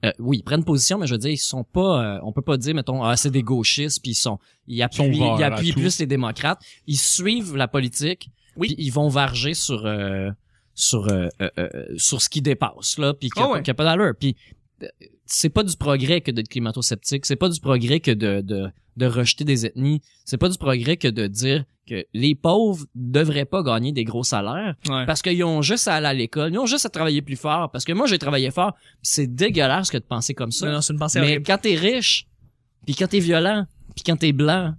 B: euh, oui, ils prennent position, mais je veux dire, ils sont pas, euh, on peut pas dire, mettons, ah, c'est des gauchistes, puis ils sont, ils appuient,
A: Ils sont
B: ils
A: ouverts à
B: appuient
A: tout.
B: plus les démocrates. Ils suivent la politique,
C: Oui.
B: puis ils vont varger sur euh, sur euh, euh, euh, sur ce qui dépasse là puis qu'il n'y
C: Ah
B: a,
C: ouais.
B: qu'il y a pas d'allure puis euh, c'est pas du progrès que d'être climato-sceptique, c'est pas du progrès que de de, de rejeter des ethnies, c'est pas du progrès que de dire que les pauvres devraient pas gagner des gros salaires
C: Ouais.
B: parce qu'ils ont juste à aller à l'école, ils ont juste à travailler plus fort parce que moi j'ai travaillé fort, Puis c'est dégueulasse que de penser comme ça.
C: Non, non, c'est une pensée
B: mais
C: horrible.
B: quand t'es riche, puis quand t'es violent, puis quand t'es blanc,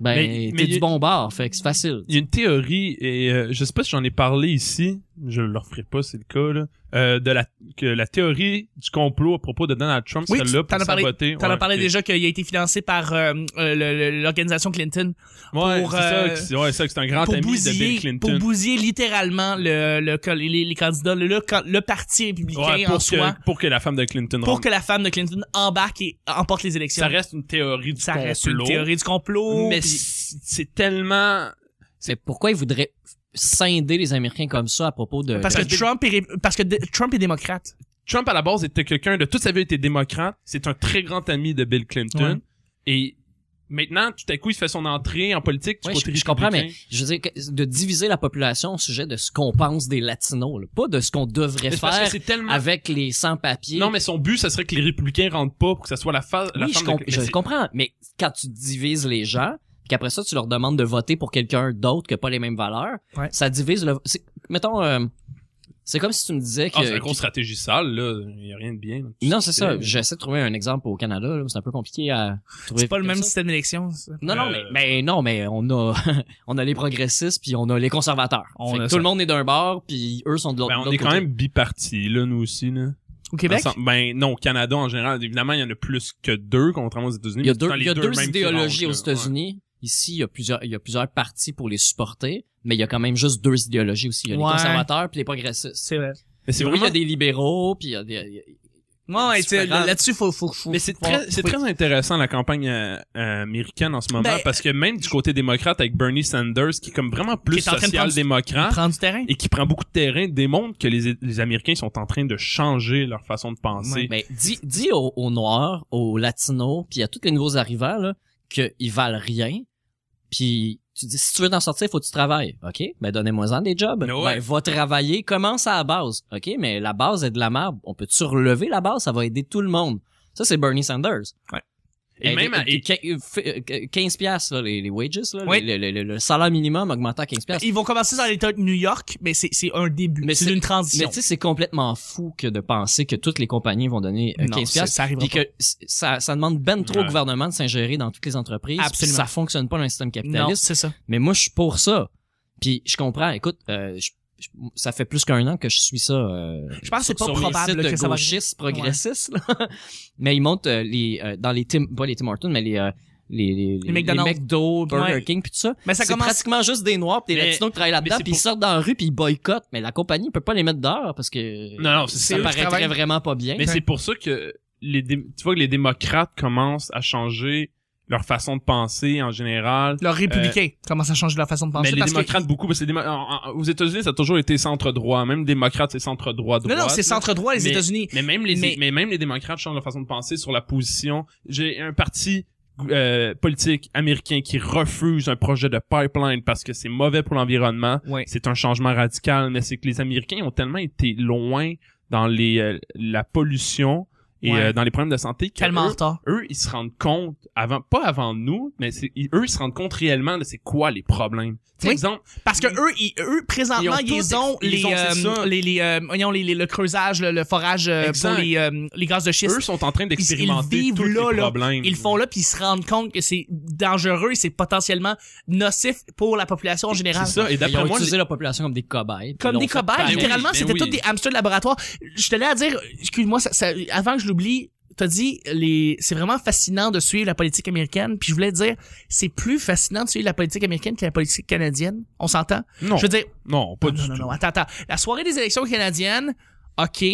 B: ben
A: Mais-
B: t'es
A: mais
B: du
A: y-
B: bon bord, fait que c'est facile.
A: Il y a une théorie, et euh, je sais pas si j'en ai parlé ici, je le referai pas, c'est le cas, là, euh, de la, que la théorie du complot à propos de Donald Trump
C: Oui,
A: serait là
C: t'en
A: pour
C: as parlé-
A: saboter.
C: T'en as
A: Ouais,
C: parlé
A: ok.
C: déjà qu'il a été financé par euh, euh, le- le- l'organisation Clinton
A: Ouais,
C: pour,
A: c'est
C: euh,
A: ça, que c'est- ouais, c'est ça, que c'est un grand
C: pour
A: ami de Bill
C: bousiller, pour
A: Clinton.
C: bousiller littéralement le, le, co- les, les candidats, le, le, can- le parti républicain
A: Ouais,
C: en
A: pour,
C: soi,
A: que, pour que la femme de Clinton
C: pour
A: rentre.
C: que la femme de Clinton embarque et emporte les élections.
A: Ça reste une théorie du
C: Ça
A: complot.
C: reste une théorie du
B: Oh,
C: complot.
A: mais
C: puis-
A: c'est c'est tellement...
B: C'est pourquoi ils voudraient scinder les Américains comme ça à propos de
C: parce,
B: de-
C: que Trump est, ré- parce que de- Trump est démocrate.
A: Trump, à la base, était quelqu'un de toute sa vie, était démocrate. C'est un très grand ami de Bill Clinton.
C: Ouais.
A: Et maintenant, tout à coup, il fait son entrée en politique du
B: Ouais,
A: côté
B: je, je comprends, mais
A: républicain.
B: je veux dire, que- de diviser la population au sujet de ce qu'on pense des Latinos, là, pas de ce qu'on devrait
A: Mais c'est parce que
B: faire
A: c'est tellement...
B: avec les sans-papiers.
A: Non, mais son but, ça serait que les républicains rentrent pas pour que ça soit la, fa... la
B: oui, je,
A: femme
B: com-
A: de... mais
B: je
A: c'est-
B: comprends, mais quand tu divises les gens, puis qu'après ça, tu leur demandes de voter pour quelqu'un d'autre qui a pas les mêmes valeurs,
C: Ouais.
B: ça divise le... c'est- Mettons, euh, c'est comme si tu me disais que...
A: Ah, c'est une grosse stratégie sale, là. Euh, Il y a rien de bien.
B: que- non, c'est ça. J'essaie de trouver un exemple au Canada. là, C'est un peu compliqué à trouver.
C: C'est pas le
B: comme
C: même
B: ça.
C: système d'élection. ça.
B: Non, non, mais,
A: Euh,
B: mais non, mais on a, on a les progressistes puis on a les conservateurs.
C: On
B: Fait que
C: a
B: tout
C: ça.
B: le monde est d'un bord puis eux sont de l'autre.
A: Ben, on
B: l'autre
A: est quand
B: côté.
A: même bipartis, là, nous aussi, là.
C: Au Québec?
A: Ensemble- Ben, non, au Canada, en général, évidemment, il y en a plus que deux, contrairement aux États-Unis.
B: Il y a
A: mais tout le
B: deux,
A: temps,
B: il y a
A: les
B: deux
A: mêmes qui
B: idéologies aux
A: rentrent, là. Ouais.
B: États-Unis. Ici, il y a plusieurs, il y a plusieurs partis pour les supporter, mais il y a quand même juste deux idéologies aussi. Il y a les
C: Ouais.
B: conservateurs puis les progressistes.
C: C'est vrai.
A: Mais c'est
B: Oui,
A: vraiment
B: il y a des libéraux puis il y a des.
C: Ouais,
B: C'est
C: c'est-
B: différent.
C: là-dessus, faut, faut, faut.
A: Mais c'est
C: faut-
A: très, c'est
C: faut-
A: très intéressant la campagne euh, euh, américaine en ce moment
C: Ben,
A: parce que même du côté démocrate avec Bernie Sanders qui est comme vraiment plus
C: Qui est en train de
A: social-démocrate
C: Prendre du terrain.
A: et qui prend beaucoup de terrain démontre que les, les Américains sont en train de changer leur façon de penser.
B: Mais Ben, dis, dis aux, aux noirs, aux latinos puis à tous les nouveaux arrivants là qu'ils valent rien. Puis tu dis si tu veux t'en sortir, faut que tu travailles. Ok, ben donnez-moi-en des jobs.
A: Mais ouais.
B: Ben va travailler, commence à la base. Ok, mais la base est de la merde. On peut tu relever la base, ça va aider tout le monde. Ça c'est Bernie Sanders.
A: et même à- et-
B: et, 15 euh, piastres, là, les, les wages là,
C: Oui.
B: le, le- le- le salaire minimum augmenté à 15 piastres.
C: Ils vont commencer dans l'État de New York, mais c'est c'est un début.
B: Mais
C: C'est
B: c'est-
C: une
B: Mais
C: transition.
B: tu sais c'est complètement fou que de penser que toutes les compagnies vont donner euh,
C: Non,
B: 15
C: ça,
B: piastres
C: ça arrivera
B: puis que c- ça, ça demande ben trop
A: Ouais.
B: au gouvernement de s'ingérer dans toutes les entreprises puis
C: Absolument.
B: ça fonctionne pas dans le système
C: pas. Non,
B: capitaliste
C: c'est ça.
B: mais moi je suis pour ça puis je comprends écoute euh, je- je- ça fait plus qu'un an que je suis ça euh,
C: Je pense que Ah, c'est pas
B: sur les
C: probable
B: sites
C: que ça va arriver.
B: gauchistes, progressistes, là. mais ils montent euh, les euh, dans les Tim pas les Tim Hortons mais les euh, les, les,
C: McDonald's.
B: McDo, Burger
C: Ouais.
B: King puis tout ça.
C: Mais ça
B: c'est
C: commence
B: pratiquement juste des noirs pis des
A: Mais-
B: latinos qui travaillent là-dedans
A: mais c'est
B: puis ils
A: pour-
B: sortent dans la rue puis ils boycottent mais la compagnie peut pas les mettre dehors parce que
A: non, non, c'est
B: ça
A: ça.
C: eux qui
B: paraîtrait
C: travaillent.
B: vraiment pas bien.
A: Mais c'est pour ça que les dé- tu vois que les démocrates commencent à changer leur façon de penser en général.
C: Leurs républicains commencent à changer leur façon de penser.
A: mais les
C: parce que-
A: démocrates beaucoup parce que les démo- en- en- aux États-Unis ça a toujours été centre droit, même démocrate c'est centre droit droite.
C: Non, non, c'est centre-droit, les
A: Mais-
C: États-Unis.
A: Mais même les
C: Mais-
A: mais, même les démocrates changent leur façon de penser sur la position. J'ai un parti euh, politique américain qui refuse un projet de pipeline parce que c'est mauvais pour l'environnement.
C: Ouais.
A: C'est un changement radical, mais c'est que les Américains ont tellement été loin dans les euh, la pollution et
C: Ouais.
A: euh, dans les problèmes de santé que
C: Tellement en
A: eux,
C: retard.
A: eux, ils se rendent compte avant pas avant nous, mais c'est ils- eux ils se rendent compte réellement de c'est quoi les problèmes. Tu sais,
C: Oui.
A: exemple,
C: Parce que eux, ils, eux présentement,
A: Ils ont
C: ils,
A: tout
C: ont
A: ex-
C: les,
A: ils ont, c'est
C: euh,
A: ça.
C: les, les, euh, voyons, les, les- le creusage, le, le forage euh, pour
A: Exact.
C: les, euh, les gaz de schiste.
A: eux sont en train
C: ils
A: d'expérimenter
C: vivent
A: tous les
C: là, là.
A: problèmes.
C: ils le font là, puis ils se rendent compte que c'est dangereux, c'est potentiellement nocif pour la population en général.
A: C'est ça. Et
B: Ils ont
A: d'après moi,
B: utilisé la population comme des cobayes. puis
C: Comme
B: l'ont
C: des
B: fait
C: cobayes,
B: pareil.
C: littéralement,
A: ben
C: c'était
A: oui.
C: tous des hamsters de laboratoire. Je te l'ai à dire, excuse-moi, ça- ça- avant que je l'oublie, t'as dit, les, c'est vraiment fascinant de suivre la politique américaine, puis je voulais te dire, c'est plus fascinant de suivre la politique américaine que la politique canadienne. On s'entend?
A: les- non,
C: Je veux dire,
A: non, pas
C: non,
A: du
C: non,
A: tout.
C: non, attends, attends. La soirée des élections canadiennes, OK.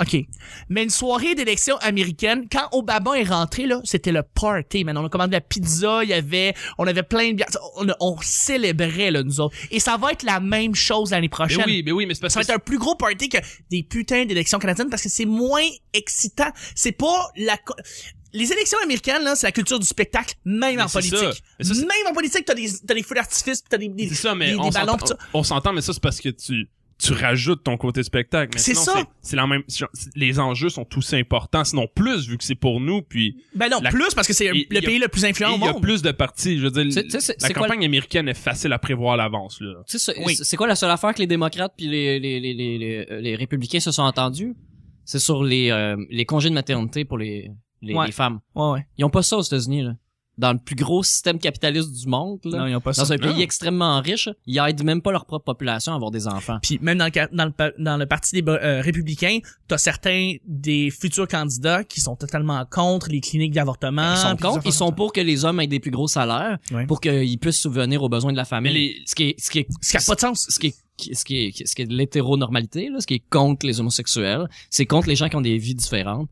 C: OK. Mais une soirée d'élections américaines, quand Obama est rentré, là, c'était le party, man. On a commandé la pizza, il y avait, on avait plein de bières. On, a- on célébrait, là, nous autres. Et ça va être la même chose l'année prochaine.
A: Mais oui, mais oui, mais c'est parce
C: Ça va
A: que
C: être un plus gros party que des putains d'élections canadiennes parce que c'est moins excitant. C'est pas la... co- Les élections américaines, là, c'est la culture du spectacle, même
A: Mais
C: en
A: c'est
C: politique.
A: ça. Mais ça, c'est-
C: même en politique, t'as des, t'as des feux d'artifice, pis t'as des, des-
A: C'est ça, mais
C: des-
A: on
C: des ballons,
A: s'entend-
C: pis ça.
A: on on s'entend, mais ça, c'est parce que tu, tu rajoutes ton côté spectacle. Mais
C: C'est
A: sinon,
C: ça.
A: C'est c'est la même. c'est- Les enjeux sont tous importants, sinon plus vu que c'est pour nous. Puis
C: Ben non,
A: La-
C: plus parce que c'est
A: Il-
C: le
A: il y a-
C: pays le plus
A: et
C: influent au
A: il y a
C: monde.
A: plus de parties. Je veux dire,
B: Tu sais- tu sais, c'est-
A: la
B: c'est quoi
A: campagne américaine est facile à prévoir à l'avance. Là.
B: Tu sais, c'est
C: Oui.
B: c'est quoi la seule affaire que les démocrates puis les, les, les, les, les, euh, les républicains se sont entendus? C'est sur les, euh, les congés de maternité pour les, les,
C: Ouais.
B: les femmes.
C: Ouais, ouais.
B: Ils ont pas ça aux États-Unis, là. Dans le plus gros système capitaliste du monde, là.
C: Non, ils ont pas
B: dans
C: ça.
B: un pays
A: Non.
B: extrêmement riche, ils aident même pas leur propre population à avoir des enfants.
C: Puis même dans le, ca- dans le, pa- dans le parti des euh, républicains, t'as certains des futurs candidats qui sont totalement contre les cliniques d'avortement.
B: Ben, Ils sont
C: Ah, puis des
B: contre,
C: affaires
B: ils sont
C: comme ça.
B: pour que les hommes aient des plus gros salaires,
C: Ouais.
B: pour qu'ils puissent subvenir aux besoins de la famille.
A: Mais les-
B: Ce qui est, ce qui est,
C: Ce qui a pas de sens.
B: ce qui est, ce qui est, ce qui est de l'hétéronormalité, là, ce qui est contre les homosexuels, c'est contre les gens qui ont des vies différentes.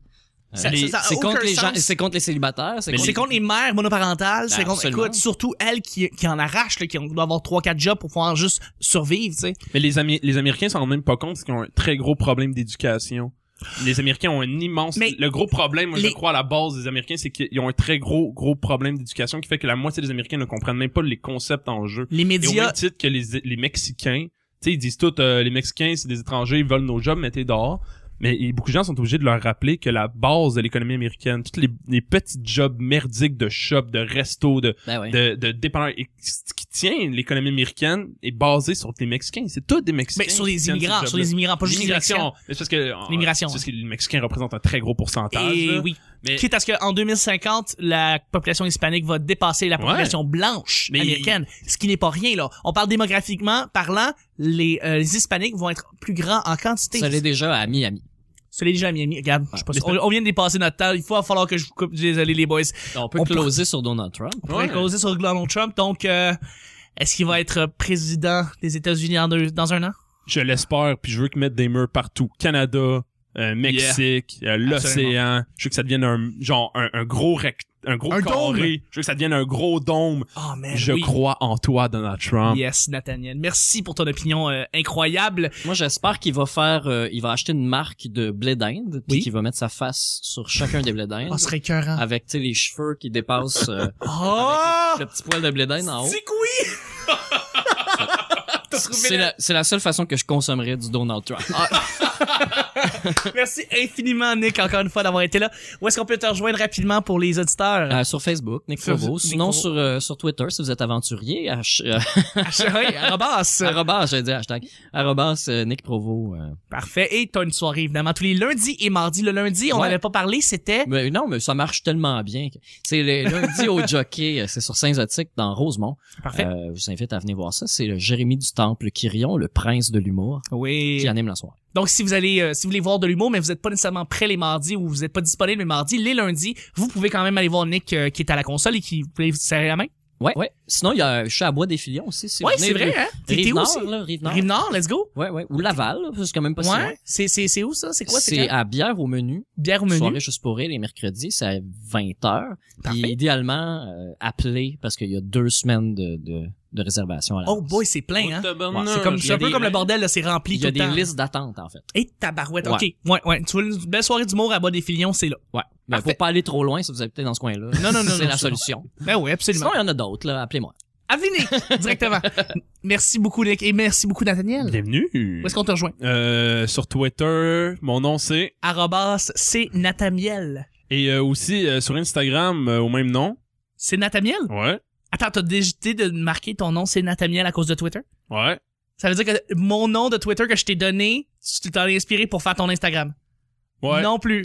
B: Euh,
C: Ça-
B: les-
C: ça- ça a
B: c'est
C: aucun
B: contre les gens,
C: sens.
B: c'est contre les célibataires, c'est
A: Mais
B: contre,
C: C'est contre les mères monoparentales, c'est
B: Ben,
C: contre
B: absolument.
C: écoute, surtout elles qui, qui en arrachent, là, qui ont- doivent avoir trois quatre jobs pour pouvoir juste survivre, tu sais.
A: Mais les, Ami- les Américains s'en rendent même pas compte parce qu'ils ont un très gros problème d'éducation. Les Américains ont un immense...
C: Mais-
A: le gros problème, moi,
C: les-
A: je crois, à la base des Américains, c'est qu'ils ont un très gros, gros problème d'éducation qui fait que la moitié des Américains ne comprennent même pas les concepts en jeu.
C: Les
A: Et au même
C: médias,
A: titre que les, les Mexicains, tu sais, ils disent tout, euh, les Mexicains, c'est des étrangers, ils veulent nos jobs, mettez dehors. Mais et beaucoup de gens sont obligés de leur rappeler que la base de l'économie américaine, tous les, les petits jobs merdiques de shop, de resto, de,
B: Ben ouais.
A: de, de dépanneurs. Et ce qui tient l'économie américaine est basé sur les Mexicains. C'est tout des Mexicains.
C: mais ben, sur
A: qui
C: les
A: tiennent
C: immigrants,
A: ce
C: sur les
A: job-là.
C: immigrants, pas juste les
A: L'immigration. Mais c'est parce que,
C: L'immigration,
A: c'est parce que les Mexicains représentent un très gros pourcentage.
C: Et
A: là.
C: oui.
A: Mais,
C: Quitte à ce qu'en 2050, la population hispanique va dépasser la
A: Ouais.
C: population blanche
A: Mais-
C: américaine, ce qui n'est pas rien là. On parle démographiquement parlant, les, euh, les hispaniques vont être plus grands en quantité.
B: Ça l'est déjà à Miami.
C: Soleil déjà à Miami. Regarde, je sais pas
A: mais
C: si- on, on vient de dépasser notre temps. Il va falloir que je vous coupe. Désolé les boys.
B: On peut
C: On
B: closer sur Donald Trump.
C: On pourrait
A: Ouais.
C: causer sur Donald Trump. Donc, euh, est-ce qu'il va être président des États-Unis en deux- dans un an?
A: je l'espère, puis je veux qu'ils mettent des murs partout. Canada, euh, Mexique, euh, l'océan. Je veux que ça devienne un, genre, un, un gros rect, un gros
C: Un
A: carré.
C: dôme.
A: Je veux que ça devienne un gros dôme.
C: Oh man,
A: je
C: oui.
A: crois en toi, Donald Trump.
C: Yes, Nathaniel. Merci pour ton opinion euh, incroyable.
B: Moi, j'espère qu'il va faire, euh, il va acheter une marque de blé d'Inde, puis
C: Oui.
B: qu'il va mettre sa face sur chacun des blés d'Inde,
C: Oh, ce serait écœurant.
B: avec tu sais, les cheveux qui dépassent euh,
A: Ah.
C: Oh!
B: le petit poil de blé d'Inde en haut.
C: C'est que oui! T'as trouvé
B: C'est
C: la- Ah.
B: la, c'est la seule façon que je consommerais du Donald Trump.
C: Merci infiniment, Nick, encore une fois, d'avoir été là. Où est-ce qu'on peut te rejoindre rapidement pour les auditeurs?
B: Euh, sur Facebook, Nick
C: Sur-
B: Provo.
C: Nick
B: Sinon,
C: Provo.
B: sur, euh, sur Twitter, si vous êtes aventurier, h- euh,
C: Ah, oui, arrobas.
B: arrobas, j'ai dit hashtag, arrobas euh, Nick Provo. euh.
C: Parfait. Et t'as une soirée, évidemment, tous les lundis et mardis. Le lundi, on
B: Ouais.
C: n'avait pas parlé, c'était...
B: Mais non, mais ça marche tellement bien. que- C'est le lundi au jockey, euh, c'est sur Saint-Zotique, dans Rosemont.
C: Parfait.
B: Euh, je vous invite à venir voir ça. C'est le Jérémy du Temple Quirion, le prince de l'humour,
C: Oui.
B: qui anime la soirée.
C: Donc, si vous allez, euh, si vous voulez voir de l'humour, mais vous n'êtes pas nécessairement prêt les mardis ou vous n'êtes pas disponible les mardis, les lundis, vous pouvez quand même aller voir Nick euh, qui est à la console et qui vous pouvez vous serrer la main.
B: Ouais. ouais. Sinon, il y a, je suis à Bois des Filions aussi. Si vous
C: ouais,
B: venez
C: c'est
B: de-
C: vrai, hein? T'es t'es où
B: Rive-Nord,
C: aussi?
B: là, Rive-Nord.
C: Rive-Nord, let's go.
B: Ouais, ouais. Ou Laval, là, c'est quand même pas si loin.
C: ouais. C'est, c'est, c'est où ça? C'est quoi?
B: C'est
C: C'est quand?
B: à bière au menu.
C: bière au menu.
B: soirée juste pour rire les mercredis, c'est à 20h. Puis
C: Parfait.
B: idéalement, euh, appeler parce qu'il y a deux semaines de, de, de réservation à la
C: Oh boy, c'est plein, hein?
A: tabarnak.
B: Ouais,
C: C'est comme,
B: il y
C: c'est
B: a
C: un peu
B: des-
C: comme le bordel, là, c'est rempli
B: Il y
C: tout
B: a
C: le
B: des
C: temps.
B: listes d'attente, en fait.
C: Et tabarouette,
B: Ouais.
C: ok. Ouais, ouais. Tu vois, une belle soirée d'humour à bas des filions, c'est là.
B: Ouais. Ben,
C: Parfait.
B: faut pas aller trop loin si vous habitez dans ce coin-là.
C: Non, non, non,
B: C'est
C: non,
B: la
C: c'est
B: solution.
C: Ben oui, absolument.
B: Sinon, il y en a d'autres, là. Appelez-moi.
C: Appelez Nick, directement. Merci beaucoup, Nick. Et merci beaucoup, Nathaniel.
A: Bienvenue.
C: Où est-ce qu'on te rejoint?
A: Euh, sur Twitter, mon nom c'est
C: Arrobas, c'est Nathaniel.
A: et euh, aussi euh, sur Instagram euh, au même nom.
C: C'est Nathaniel?
A: Ouais.
C: Attends, t'as décidé de marquer ton nom, c'est Nathaniel à cause de Twitter?
A: Ouais.
C: Ça veut dire que mon nom de Twitter que je t'ai donné, tu t'en es inspiré pour faire ton Instagram?
A: Ouais.
C: Non plus.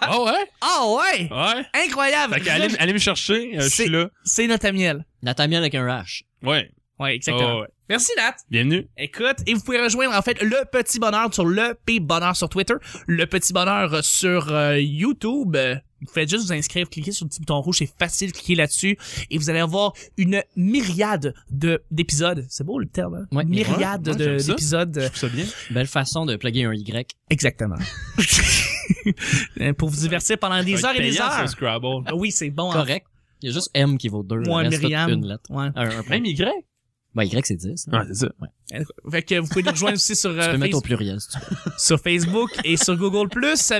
A: Ah ouais.
C: Ah ouais!
A: Ouais.
C: Incroyable!
A: Fait que allez, allez me chercher, euh, je
C: C'est-
A: suis là.
C: C'est Nathaniel.
B: Nathaniel avec un H.
A: Ouais.
C: Ouais,
B: Oh,
C: exactement.
A: Ah ouais.
C: Merci, Nat.
A: Bienvenue.
C: Écoute, et vous pouvez rejoindre en fait le Petit Bonheur sur le P Bonheur sur Twitter, le Petit Bonheur sur euh, YouTube. Euh, Vous faites juste vous inscrire, cliquez sur le petit bouton rouge, c'est facile, cliquez là-dessus et vous allez avoir une myriade de d'épisodes. C'est beau le terme, hein?
B: Ouais.
C: myriade
A: Ouais, ouais,
C: de-
A: j'aime ça. Je
C: d'épisodes. euh,
A: trouve ça bien.
B: Belle façon de plugger un Y.
C: Exactement. Euh, Pour vous divertir pendant des
A: Ça va
C: heures
A: être
C: et des
A: payant,
C: heures.
A: sur Scrabble.
C: Ah Oui, c'est bon. hein.
B: Correct. Il y a juste M qui vaut deux. le
C: Moi,
B: reste, c'est
C: Myriam.
B: Une lettre.
C: Ouais.
B: Un, un point.
A: Même Y.
B: Ben, Y, c'est 10. hein.
A: Ouais, c'est ça.
C: Fait que vous pouvez nous rejoindre aussi sur, euh,
B: tu peux mettre au
C: Facebook-
B: pluriel, si tu veux.
C: sur Facebook et sur Google+.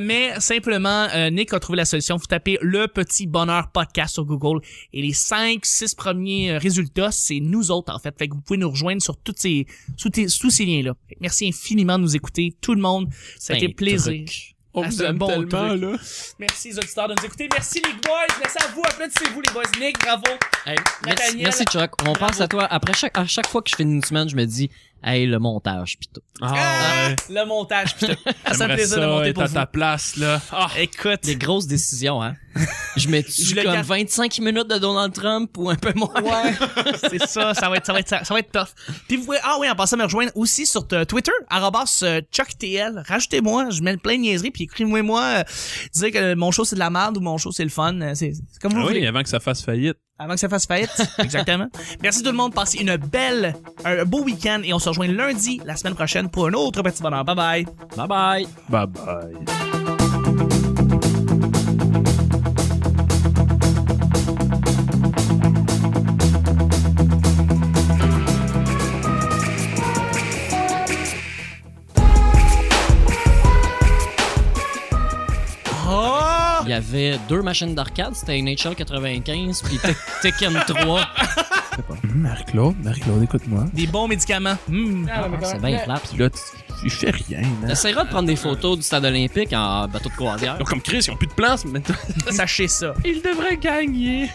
C: Mais simplement, euh, Nick a trouvé la solution. Vous tapez le petit bonheur podcast sur Google et les 5, 6 premiers euh, résultats, c'est nous autres en fait. Fait que vous pouvez nous rejoindre sur toutes ces, sous, tes- sous ces liens-là. Merci infiniment de nous écouter, tout le monde. Ça a été
B: Un
C: plaisir.
B: truc.
A: On
C: Ah,
A: Oh, vous
C: c'est un
A: aime
C: bon
A: tellement,
C: truc.
A: là.
C: Merci les auditeurs de nous écouter. Merci les boys. Merci à vous. Applaudissez-vous les boys. Nick, bravo.
B: Hey, merci,
C: Nathaniel.
B: merci, Chuck. On pense à toi. Après chaque, à chaque fois que je finis une semaine, je me dis, hey, le montage, pis tout.
A: Ah, ouais.
C: Le montage, putain. Ça me
A: J'aimerais
C: plaisir de
A: ça
C: monter
A: être
C: pour
A: à
C: vous.
A: ta place, là. Ah,
C: Écoute.
B: Des grosses décisions, hein. Je mets
C: Je le
B: comme
C: garde.
B: 25 minutes de Donald Trump ou un peu moins.
C: Ouais, c'est ça, ça va être ça va être ça, ça va être tough. Puis vous pouvez ah oui, en passant me rejoindre aussi sur euh, Twitter arrobas, euh, @chucktl, rajoutez-moi, je mets plein de niaiseries puis écrivez-moi moi euh, dire que euh, mon show c'est de la merde ou mon show c'est le fun, euh, c'est c'est comme vous voulez.
A: Ah oui, avant que ça fasse faillite.
C: Avant que ça fasse faillite, exactement. Merci tout le monde, passez une belle un beau week-end et on se rejoint lundi la semaine prochaine pour un autre petit bonheur. Bye bye.
B: Bye bye.
A: Bye bye.
C: Oh!
B: Il y avait deux machines d'arcade, c'était NHL 95 puis Tek- Tekken Ah, 3.
A: Marie-Claude, Marie-Claude, écoute-moi.
C: Des bons médicaments. Hmm.
B: C'est bien clap.
A: Puis là, tu, tu fais rien, hein.
B: T'essaieras de prendre des photos du stade olympique en bateau de croisière.
A: Ils ont comme Chris, ils ont plus de place maintenant.
C: Sachez ça.
A: Ils devraient gagner.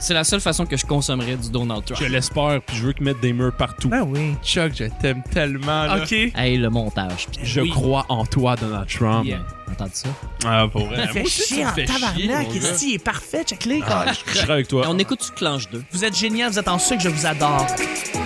B: C'est la seule façon que je consommerais du Donald
A: Je
B: Trump.
A: l'espère, puis je veux qu'ils mettent des murs partout.
C: Ah oui.
A: Chuck, je t'aime tellement, là.
C: OK.
B: Hey, le montage. Putain,
A: Je
C: Oui.
A: crois en toi, Donald Trump.
C: Yeah.
B: entends ça?
A: Ah, pour vrai.
C: Ça fait
A: Moi aussi,
C: chier
A: ça
C: en
A: me fait chier, mon
C: tabarnak.
A: gars.
C: Ici, il est parfait. Check-le.
A: Ah, Je serai avec toi.
B: On écoute-tu Clanche 2?
C: Vous êtes génial, vous êtes en sucre, je vous adore.
D: Thank